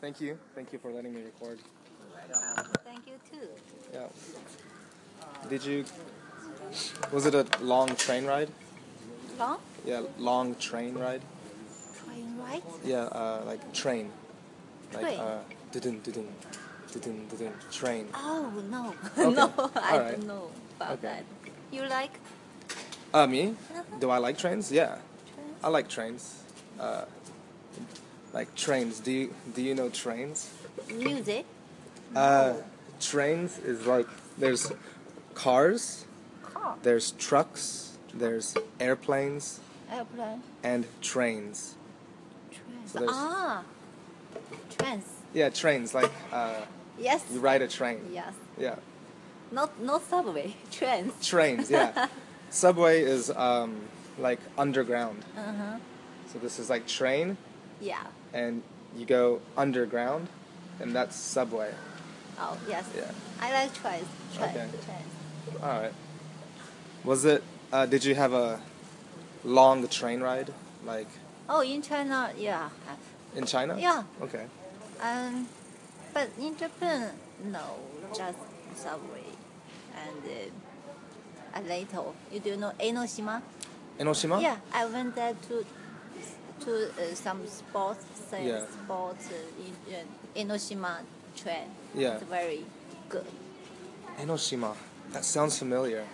Thank you. Thank you for letting me record. Thank you too. Yeah. Did you? Was it a long train ride? Long Yeah, long train ride. train ride? Yeah, uh, like train. Like Train. uh, dun dun dun dun train. Oh no, Okay. no, I Alright. don't know about Okay. that. You like Uh, me? Uh-huh. Do I like trains? Yeah, train? I like trains. Uh, like trains. Do you do you know trains? music? Uh, trains is like there's cars, Car, there's trucks, there's airplanes, airplane, and trains. trains. So there's- ah, trains. Yeah, trains. Like uh, Yes. you ride a train. Yes. Yeah, Not not subway. Trains. trains. Yeah, subway is um, like underground. Uh huh. So this is like train, Yeah. and you go underground, and that's subway. Oh yes. Yeah. I like trains. Trains. Okay. Trains. All right. Was it? Uh, did you have a long train ride, like Oh, in China, yeah. in China? Yeah. Okay. Um, but in Japan, no, just subway, and uh, a little. You do know Enoshima? Enoshima. Yeah, I went there to to uh, some sports say Yeah. sports uh, in uh, Enoshima train. Yeah. it's very good. Enoshima. That sounds familiar.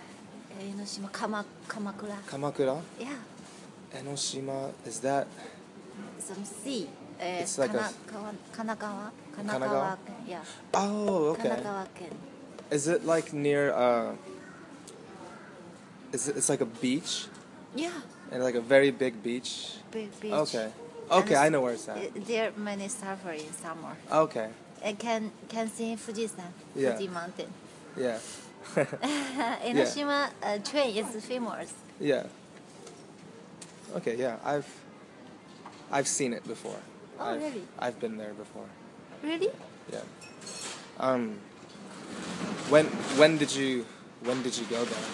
Enoshima Kama, Kamakura. Kamakura. yeah, Enoshima. Is that? some sea. Uh, It's like a- Kanakawa, Kanagawa, Kanagawa? Kanagawa, Ken, yeah, Oh, okay. Kanagawa Ken. Is it like near? Uh, is it? It's like a beach, Yeah, and like a very big beach. big beach. Okay. Okay, And I know where it's at. Uh, There are many suffer in summer. Okay. I can can see Fujisan, Yeah. Fuji Mountain. Yeah. Enoshima uh, train is famous. Yeah. Okay. Yeah. I've. I've seen it before. Oh, I've, really? I've been there before. Really? Yeah. Um. When when did you when did you go there?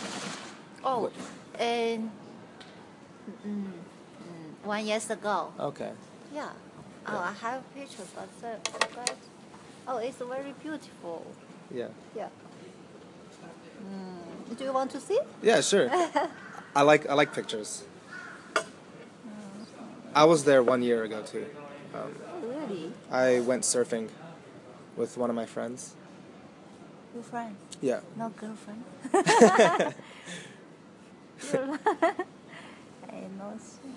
Oh, What- and mm, mm, one years ago. Okay. Yeah. Oh, I have pictures, but the- but oh, it's very beautiful. Yeah. Yeah. Mm, do you want to see? Yeah. Sure. I like I like pictures. I was there one year ago too. Oh, really? I went surfing with one of my friends. Your friend, Yeah. no girlfriend. You're- Eh, Enoshima.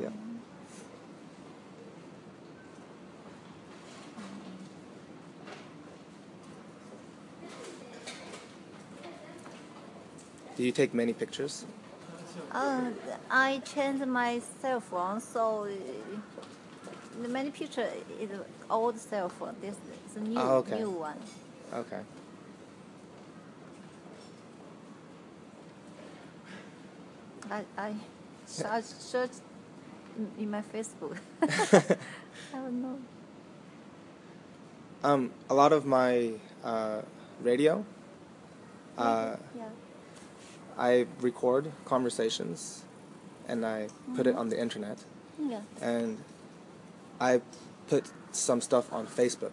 Yeah. Do you take many pictures? Uh, I changed my cell phone, so uh, the many picture is old cell phone. This is the new Ah, okay. new one. Okay. I I search, search in, in my Facebook. I don't know. Um, a lot of my uh, radio, uh, yeah. I record conversations, and I put it on the internet, Yeah. and I put some stuff on Facebook,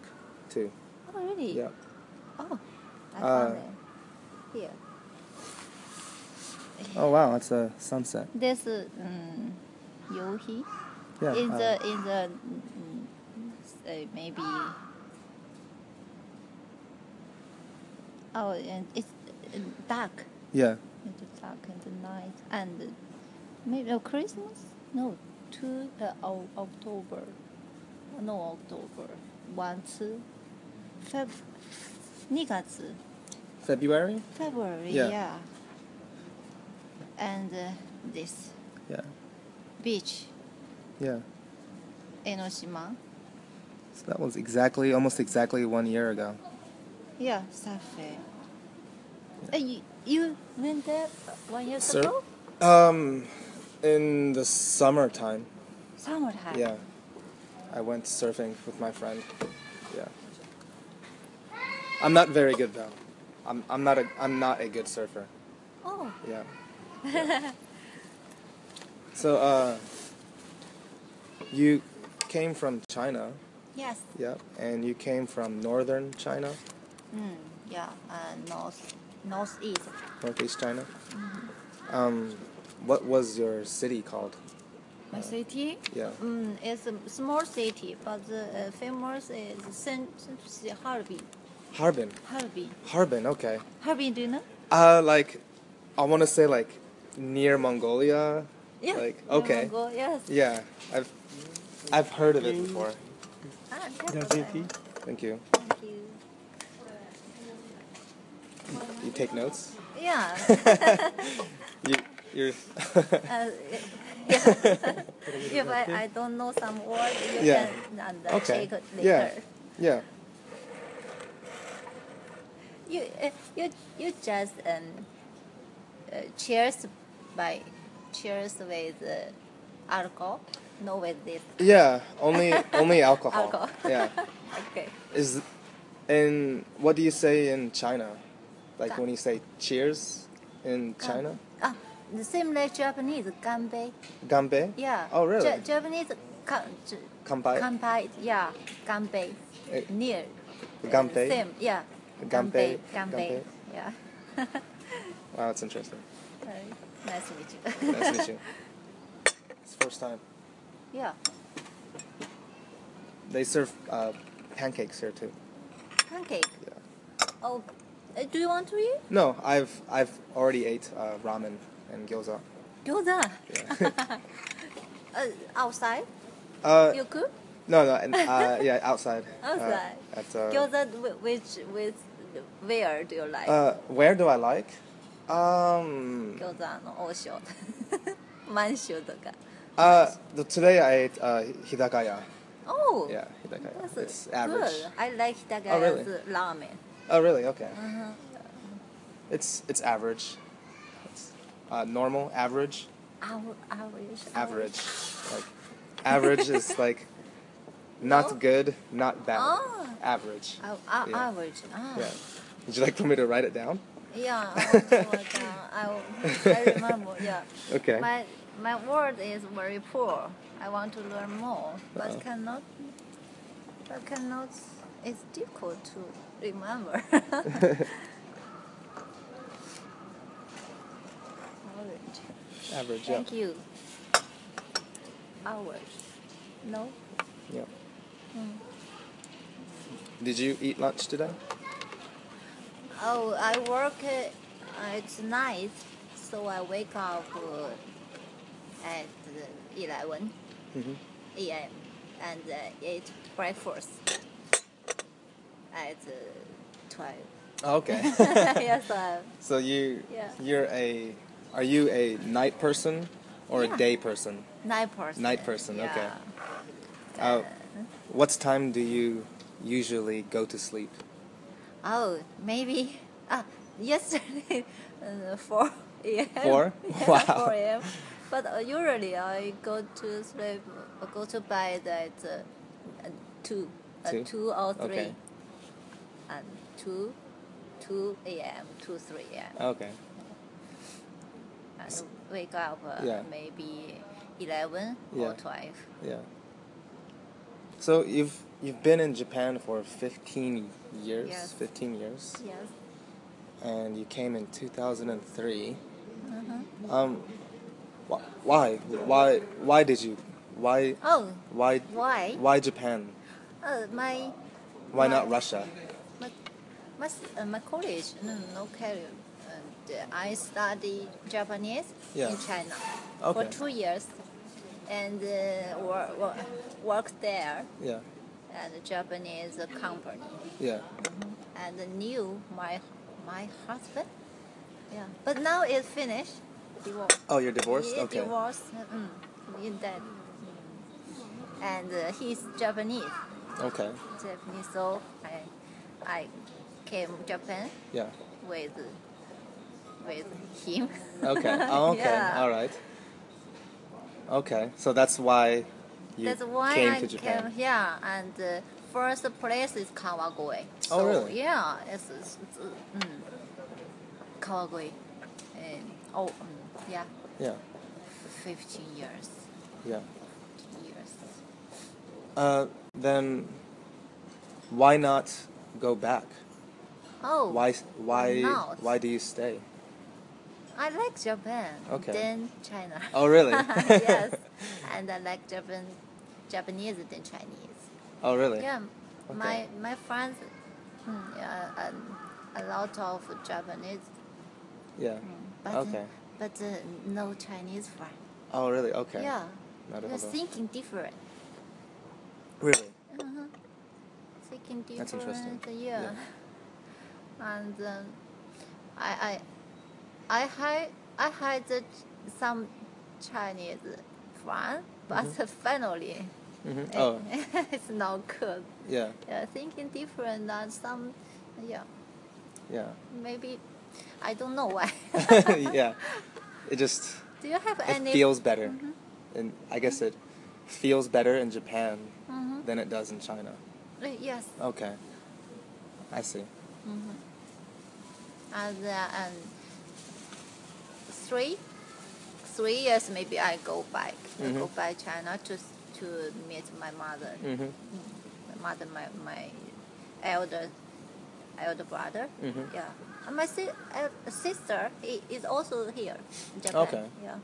too. Oh really? Yeah. Oh, I Uh, found it. Here. Oh wow, it's a sunset. This uh, um, Yohi. Yeah. in uh, the in the mm, mm, uh, maybe oh and it's uh, dark yeah. it's dark in the night and maybe oh, christmas no two uh, o- october no october one two Feb 2月 February. february Yeah. yeah, and uh, this Yeah. beach Yeah. enoshima So that was exactly, almost exactly one year ago. Yeah, Safi. Uh, you, you went there uh, one year Sir? ago? Um, in the summertime. Summertime. Yeah. I went surfing with my friend. Yeah. I'm not very good though. I'm I'm not a I'm not a good surfer. Oh, Yeah. Yeah. so uh you came from China Yes. Yeah. And you came from northern China, Mm, yeah. Uh, north, northeast. northeast China. Um, what was your city called? Uh, My city. Yeah. Mm, it's a small city, but the uh, famous is Sen, Sen- Harbin. Harbin. Harbin. Harbin. Okay. Harbin, do you know? Uh, like, I want to say like near Mongolia. Yeah. Like Yeah, okay. Mongo- yes. Yeah. I've I've heard of it before. Ah, The yes, city. Thank you. Thank you. You take notes. Yeah. You you're. uh, yeah. if I, I don't know some words, you Yeah. can and uh, okay. check it later. Yeah. Yeah. You, uh, you, you just um, uh, cheers by cheers with uh, alcohol, no with this. Yeah. Only only alcohol. Alcohol. Yeah. Okay. Is, and what do you say in China? Like Ga- when you say cheers in Gan- China? Ah, the same like Japanese ganbei. Ganbei? Yeah. Oh, really? Ja- Japanese ka- j- Kanpai? kanpai. Yeah, ganbei. Eh, Near. uh, ganbei? Same. Yeah. Ganbei, ganbei. Ganbei. Yeah. Wow, that's interesting. Sorry. nice to meet you. Nice to meet you. It's the first time. Yeah. They serve uh, pancakes here too. Pancake. Yeah. Oh, uh, do you want to eat? No, I've I've already ate uh, ramen and gyoza. Gyoza. Yeah. uh, outside? Uh, You cook? no, no, and, uh, yeah, outside. uh, Outside. at, uh, Gyoza, wh- which, which, where do you like? Uh, where do I like? Um, 餃子の王将 満州とか uh, the, today I ate uh, hidakaya. Oh Yeah, hidakaya. that's It's good average. I like Oh, really? Hitagaya's ramen Uh-huh. Oh, really? Okay. It's it's average. It's, uh, normal, average, Our- average average. Like average is like not No? good, not bad. Ah. Average. Our- our- Yeah. average ah Yeah. Would you like for me to write it down? yeah I want to write down. I will- I remember yeah Okay. my my word is very poor I want to learn more but Uh-oh. cannot but cannot it's difficult to remember average average. Yeah. Thank you. Hours. No. Yeah. Hmm. Did you eat lunch today? Oh, I work uh, at night, so I wake up uh, at uh, 11 Mhm. a.m. and uh, eat breakfast at uh, 12. Oh, okay. yes, uh, I am. so you Yeah. you're a are you a night person or Yeah. a day person? Night person. Night person, yeah. okay. Uh, what time do you usually go to sleep? Oh, maybe. Ah, yesterday, uh, 4 a.m. Four? Yeah, Wow. 4 a.m. But uh, usually I go to sleep, uh, go to bed at uh, 2, uh, Two? 2 or 3. Okay. And 2, 2 a.m., 2, 3 a.m. Oh, Okay. And wake up uh, Yeah. maybe 11 Yeah. or 12. Yeah. So you've you've been in Japan for 15 years, Yes. 15 years, Yes. and you came in 2003. Mm-hmm. Um, wh- why why why did you why Oh, why Why? why Japan? uh, my. Why Why? not Russia? My, my, s- uh, my college, no, no career. And uh, I study Japanese Yeah. in China Okay. for two years, and uh, work, work, there Yeah. at a Japanese company, Yeah. and knew my my husband. Yeah, but now it's finished. Divorce. Oh, you're divorced. Yeah, okay. Divorced. Mm, in that. And uh, he's Japanese. Okay. Japanese, so I I came Japan Yeah. with with him. Okay. Oh, okay. Yeah. All right. Okay. So that's why you That's why came I to Japan. came here, and uh, first place is Kawagoe. So, Oh, really? Yeah, it's, it's, it's uh, mm, Kawagoe. And, oh, mm, yeah, Yeah. fifteen years, Yeah. years. Uh, then why not go back? Oh, Why why not? why do you stay? I like Japan. Okay. Then China. Oh, really? yes. And I like Japan, Japanese than Chinese. Oh really? Yeah. My Okay. my friends, mm, yeah, um, a lot of Japanese, Yeah. but Okay. but uh, no Chinese friend. Oh really? Okay. Yeah. Not a They're problem. thinking different. Really? Uh-huh. Thinking different. That's interesting. Yeah. And um, I I I had I had the Ch- some Chinese friend, but finally hmm Mm-hmm. Oh it's not good. yeah Yeah, thinking different than some. Yeah, yeah maybe I don't know why. yeah. It just Do you have it Mm-hmm. any? feels better, and I guess it feels better in Japan Mhm. than it does in China. Uh, Yes. Okay. I see. Mm-hmm. And uh, and three three years maybe I go back. I go Mhm. back China to s- to meet my mother. Mhm. My mother, my my elder elder brother. Mhm. Yeah. And my si- uh, sister i- is also here in Japan. Okay. Yeah.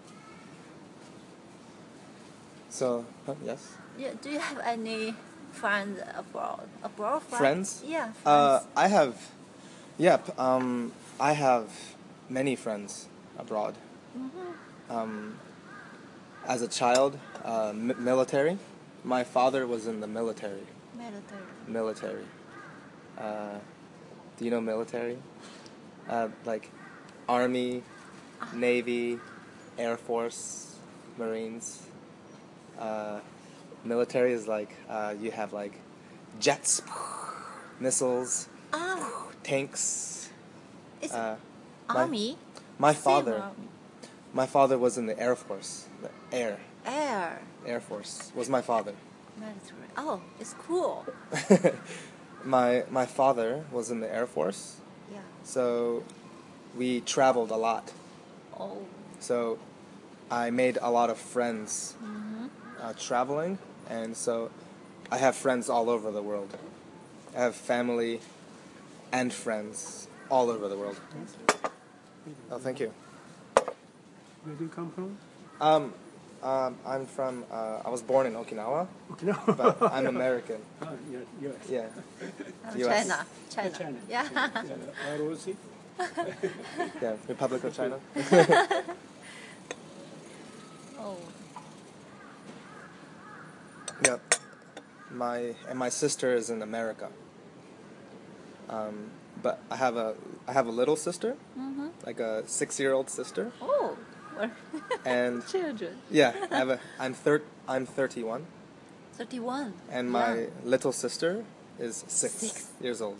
So huh, yes. Yeah. Do you have any friends abroad? Abroad Friends? friends? Yeah. Uh, Friends. I have, yep. Um, I have many friends abroad. Um, as a child, uh, mi military. My father was in the military. Military. Military. Uh, do you know military? Uh, like, army, navy, air force, marines. Uh, military is like uh, you have like jets, missiles, Ah, tanks. it's Uh, my- army. My Same father, army. my father was in the Air Force. The Air, air Air Force was my father. military. Oh, it's cool. my my father was in the Air Force, Yeah. so we traveled a lot. Oh. So I made a lot of friends Mm-hmm. uh, traveling, and so I have friends all over the world. I have family and friends all over the world. Oh, thank you. Where do you come from? Um, um, I'm from. Uh, I was born in Okinawa, Okinawa. but I'm American. Ah, yeah, US. Yeah. US. Oh, China. China. China. Yeah. Yeah, ROC. Yeah. Republic of China. oh. Yep. My and my sister is in America. Um, but I have a I have a little sister, Mm-hmm. like a six year old sister, Oh. Well, and children. yeah, I have a I'm thir- I'm thirty one, Thirty-one. and my Yeah. little sister is six, Six. years old,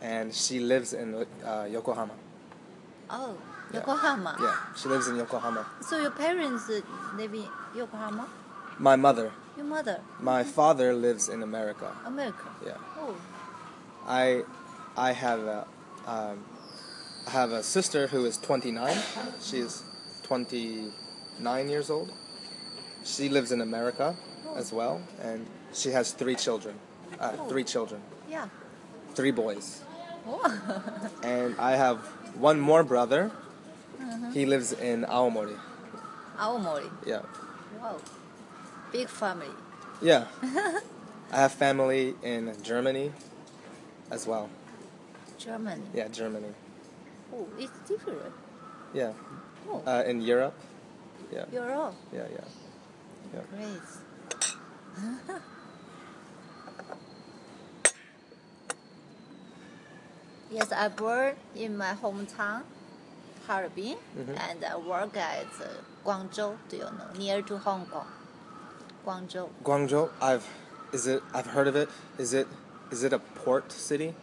and she lives in uh, Yokohama. Oh, Yeah. Yokohama. Yeah, she lives in Yokohama. So your parents uh, live in Yokohama. My mother, Your mother, my father lives in America. America. Yeah. Oh. I, I have a, um, I have a sister who is 29. She's 29 years old. She lives in America as well, and she has three children, uh, three children, Yeah. three boys. Oh. And I have one more brother. He lives in Aomori. Aomori. Yeah, Wow. Big family. yeah. I have family in Germany, as well. Germany. Yeah, Germany. Oh, it's different. Yeah, Oh, uh, in Europe. Yeah, you're all yeah, yeah. Yeah. great. yes, I born in my hometown, Harbin, Mm-hmm. and I work at uh, Guangzhou. Do you know? Near to Hong Kong, Guangzhou. Guangzhou, I've is it I've heard of it. Is it is it a port city?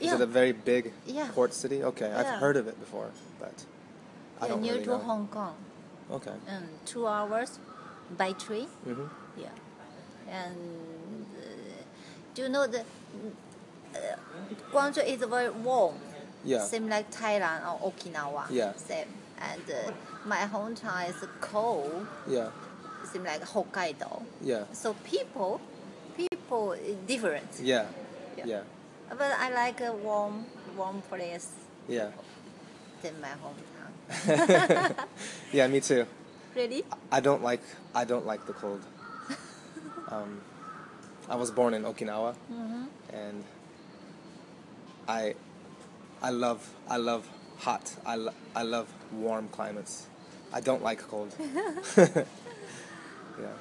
Is yeah, it a very big Yeah. port city? Okay, Yeah. I've heard of it before, but I yeah, don't near really to know. Hong Kong. Okay. Um, two hours by train. Mm-hmm. Yeah. And uh, do you know the uh, Guangzhou is very warm, Yeah. same like Thailand or Okinawa. Yeah. Same. And uh, my hometown is cold, Yeah. it's seems like Hokkaido. Yeah. So people, people is different. Yeah. Yeah. Yeah. But I like a warm, warm place Yeah. than my hometown. Yeah, me too. Really? I don't like I don't like the cold. um, I was born in Okinawa, and I I love I love hot. I, lo- I love warm climates. I don't like cold. yeah.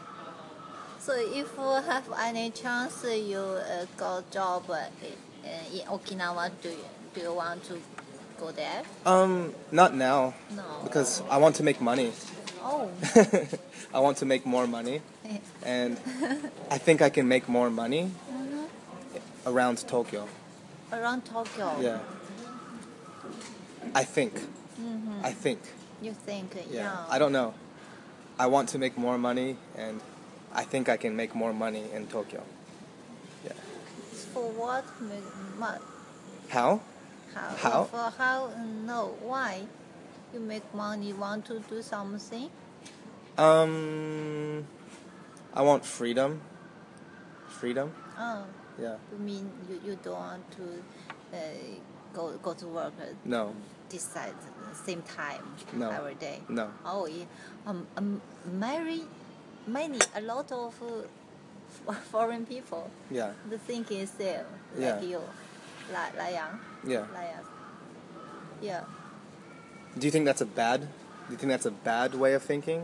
So if you have any chance, you uh, got job uh, in in Okinawa. Do you, do you want to go there? Um, not now No. because I want to make money. Oh. I want to make more money, and I think I can make more money around Tokyo. Around Tokyo. Yeah. I think. I think. You think? Yeah. Yeah. I don't know. I want to make more money, and I think I can make more money in Tokyo. Yeah. For what? ma- ma- How? How? How? For how? No. Why? You make money. Want to do something? Um. I want freedom. Freedom. Oh. Yeah. You mean you, you don't want to uh, go go to work at No. decide the same time No. every day? No. Oh, yeah. Um, um, marry many a lot of uh, f- foreign people. Yeah. The thinking is same Yeah. like you, like Liang. Yeah. Liang. Yeah. Do you think that's a bad? Do you think that's a bad way of thinking,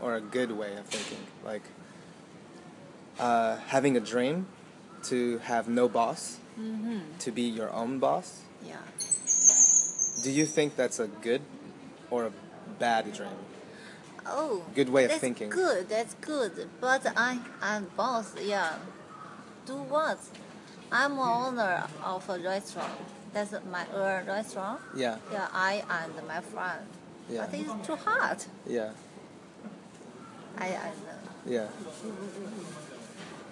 or a good way of thinking? Like uh, having a dream to have no boss, to be your own boss. Yeah. Do you think that's a good or a bad dream? Oh. Good way of that's thinking. Good. That's good. But I am boss. Yeah. Do what? I'm owner of a restaurant. That's my own restaurant. Yeah, Yeah, I and my friend. yeah, But it's too hard. yeah, I, I know. yeah,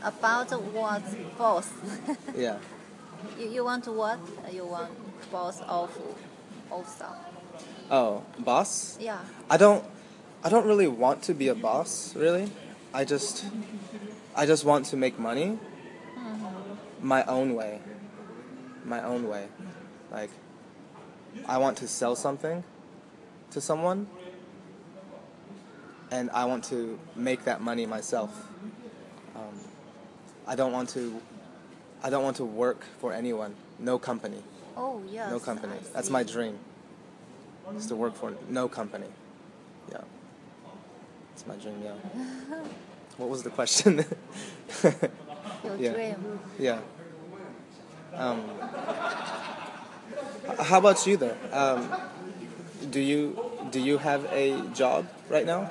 about what boss yeah. you, you want what you want boss of of stuff Oh, boss? yeah I don't, I don't really want to be a boss. Really, I just, I just want to make money, my own way, my own way. Like, I want to sell something to someone, and I want to make that money myself. Um, I don't want to, I don't want to work for anyone. No company. oh yes No company. I That's see. my dream. Is to work for no company. Yeah. That's my dream, yeah. what was the question? your yeah. dream yeah. Um, h- how about you though? Um, do you do you have a job right now?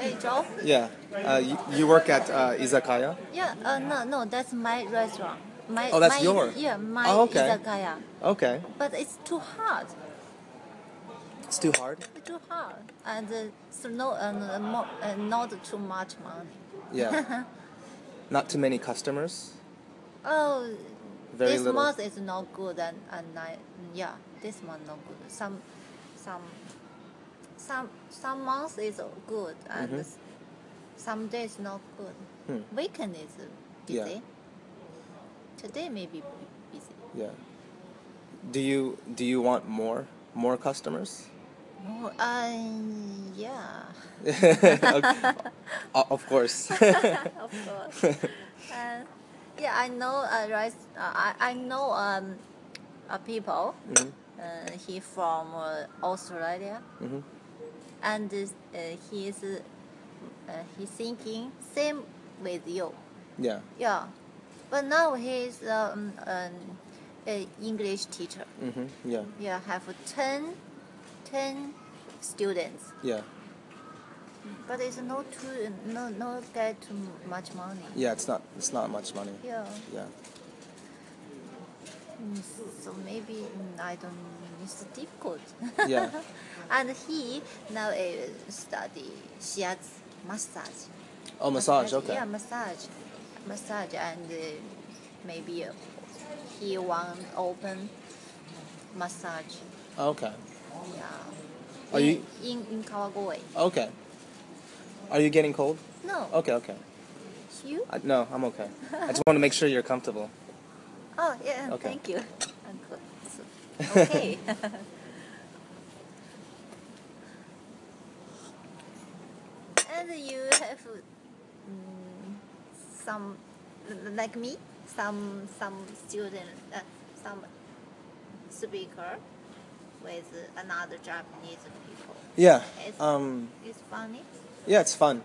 hey job Yeah. Uh, you, you work at uh, izakaya. yeah uh, no no that's my restaurant my Oh, that's my, your? yeah my Oh, okay. izakaya Okay. but it's too hard It's too hard. too hard and uh, so no and uh, mo- uh, not too much money Yeah. Not too many customers. oh Very this little. month is not good and, and I, yeah this month not good some some some some months is good and Mm-hmm. s- some days not good weekend is busy Hmm. Yeah. today maybe bu- busy Yeah. Do you do you want more more customers? oh, uh, yeah O- of course. of course uh, yeah I know uh, right uh, I, I know um uh, people uh, he from uh, Australia Mhm. and uh, he is uh, he thinking same with you yeah. yeah but now he is um, um, an english teacher hmm Yeah. yeah have 10, 10 students Yeah. but it's not too no no get too much money Yeah. It's not. It's not much money. yeah Yeah. mm, so maybe mm, i don't it's difficult Yeah. and he now uh, study shiatsu massage Oh, massage. Okay. Yeah, massage, massage, and uh, maybe uh, he want open massage. Okay. Yeah. Are in, you in in Kawagoe? okay? Are you getting cold? No. Okay, okay. You? I, no, I'm okay. I just want to make sure you're comfortable. Oh, yeah. Okay. Thank you. I'm good. So- Okay. and you have mm, some l- like me, some some student, uh, some speaker with another Japanese people. Yeah. It's- Um, It's funny. yeah, it's fun.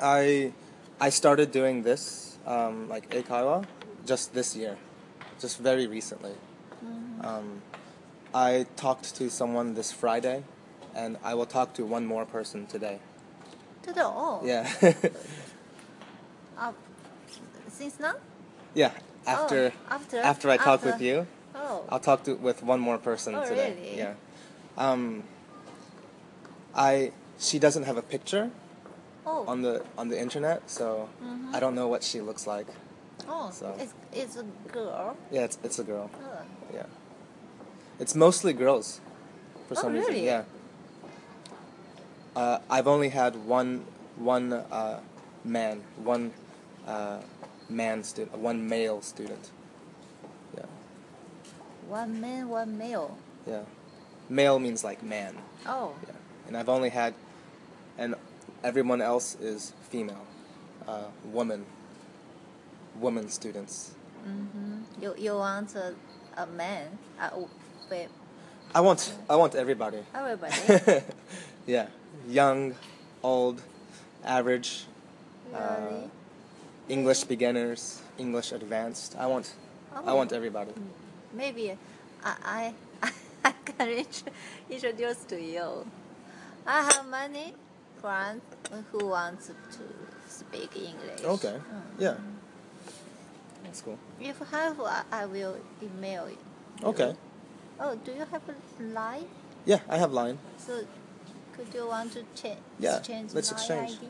I I started doing this um, like Eikaiwa just this year, just very recently. Mm-hmm. Um, I talked to someone this Friday, and I will talk to one more person today. To the oh, all. Yeah, Uh, since now. yeah. After Oh, after after I talk after- with you, Oh. I'll talk to with one more person Oh, today. really? Yeah. Um, I she doesn't have a picture oh. Mm-hmm. on the on the internet, so I don't know what she looks like. Oh, So- it's, it's a girl. Yeah, it's it's a girl. Oh, Yeah. It's mostly girls, for Oh, some reason. really? Yeah. Uh, I've only had one one uh, man, one uh, man student, one male student. Yeah, one man, one male. yeah. Male means like man. Oh, Yeah. And I've only had, and everyone else is female, uh, woman. Woman students. you you want a, a man? Uh, oh, wait, I want I want everybody. everybody. yeah, young, old, average, uh, really? English beginners, English advanced. I want, I Oh. want everybody. Maybe I I I can int- introduce to you. I have many friends who want to speak English. Okay, Mm. yeah, that's cool. If I have, I, I will email you. Okay, Oh, do you have a line? yeah, I have line. So, could you want to change? Yeah, change let's my exchange. ID?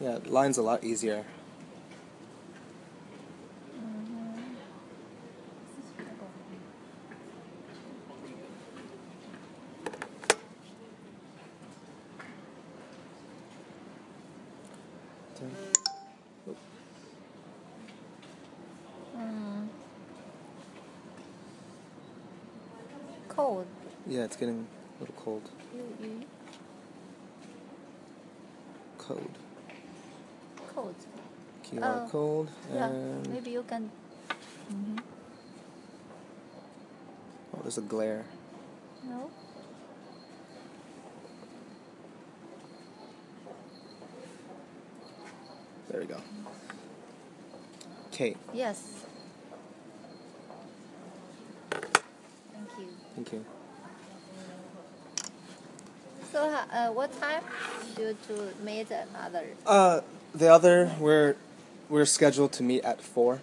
Yeah, line's a lot easier. Cold. Yeah, it's getting a little cold. You, you Code. cold. QR Oh, code. Yeah, And maybe you can. oh, there's a glare. No. There we go. Kate, Yes. Thank you. thank you. So, uh, what time do you to meet another? Uh, the other we're we're scheduled to meet at four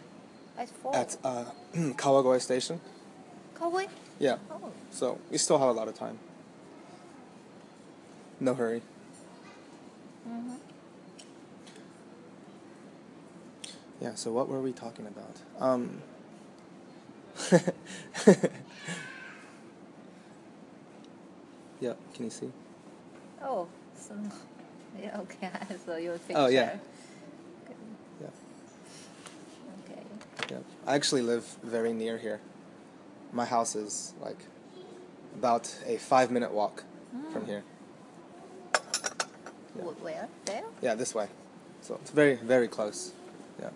At four. at uh, Kawagoe Station. Coffee? Yeah. Oh. So we still have a lot of time. No hurry. Mm-hmm. Yeah. So what were we talking about? Um. yeah. Can you see? Oh. So, yeah. Okay. I saw your picture. Oh, yeah. Yeah. Okay. Yeah. I actually live very near here. My house is like about a five-minute walk from here. Yeah. Wh- Where? There? Yeah, this way. So it's very, very close. Yeah.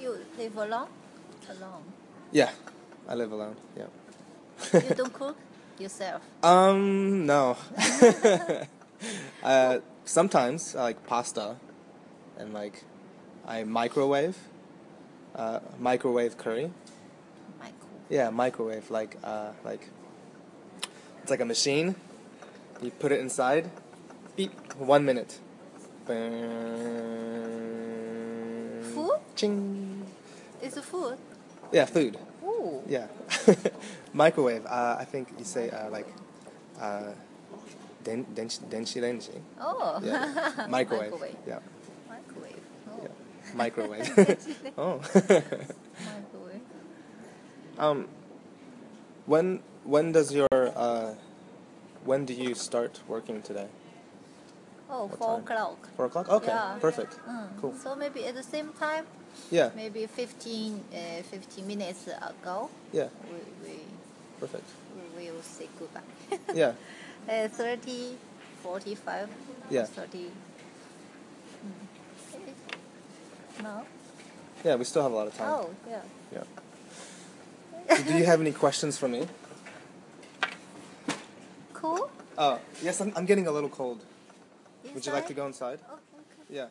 You live alone? Alone. Yeah. I live alone. Yeah. you don't cook yourself. Um, no. uh, sometimes I like pasta, and like I microwave, uh, microwave curry. I cook. Yeah, microwave like uh, like it's like a machine. You put it inside. Beep. One minute. Food. Food? Ching. It's a food. Yeah, food. Ooh. Yeah. microwave. Uh, I think you say uh, like uh, den denshi denshi renshi. Oh. Yeah. Microwave. Microwave. Yeah. Microwave. Oh. yeah. Microwave. oh. Microwave. Um, when when does your uh, when do you start working today? Oh, What four time? o'clock. Four o'clock. Okay, Yeah. perfect. Mm. Cool. So maybe at the same time, Yeah, maybe 15, uh, 15 minutes ago, yeah, we, we, perfect. we will say goodbye. Yeah, uh, 30, 45, Yeah. 30. Mm. No? yeah. We still have a lot of time. Oh, yeah. Yeah. So do you have any questions for me? Cool. Oh, yes. I'm, I'm getting a little cold. Would you like to Inside? go inside? Oh, okay. Yeah.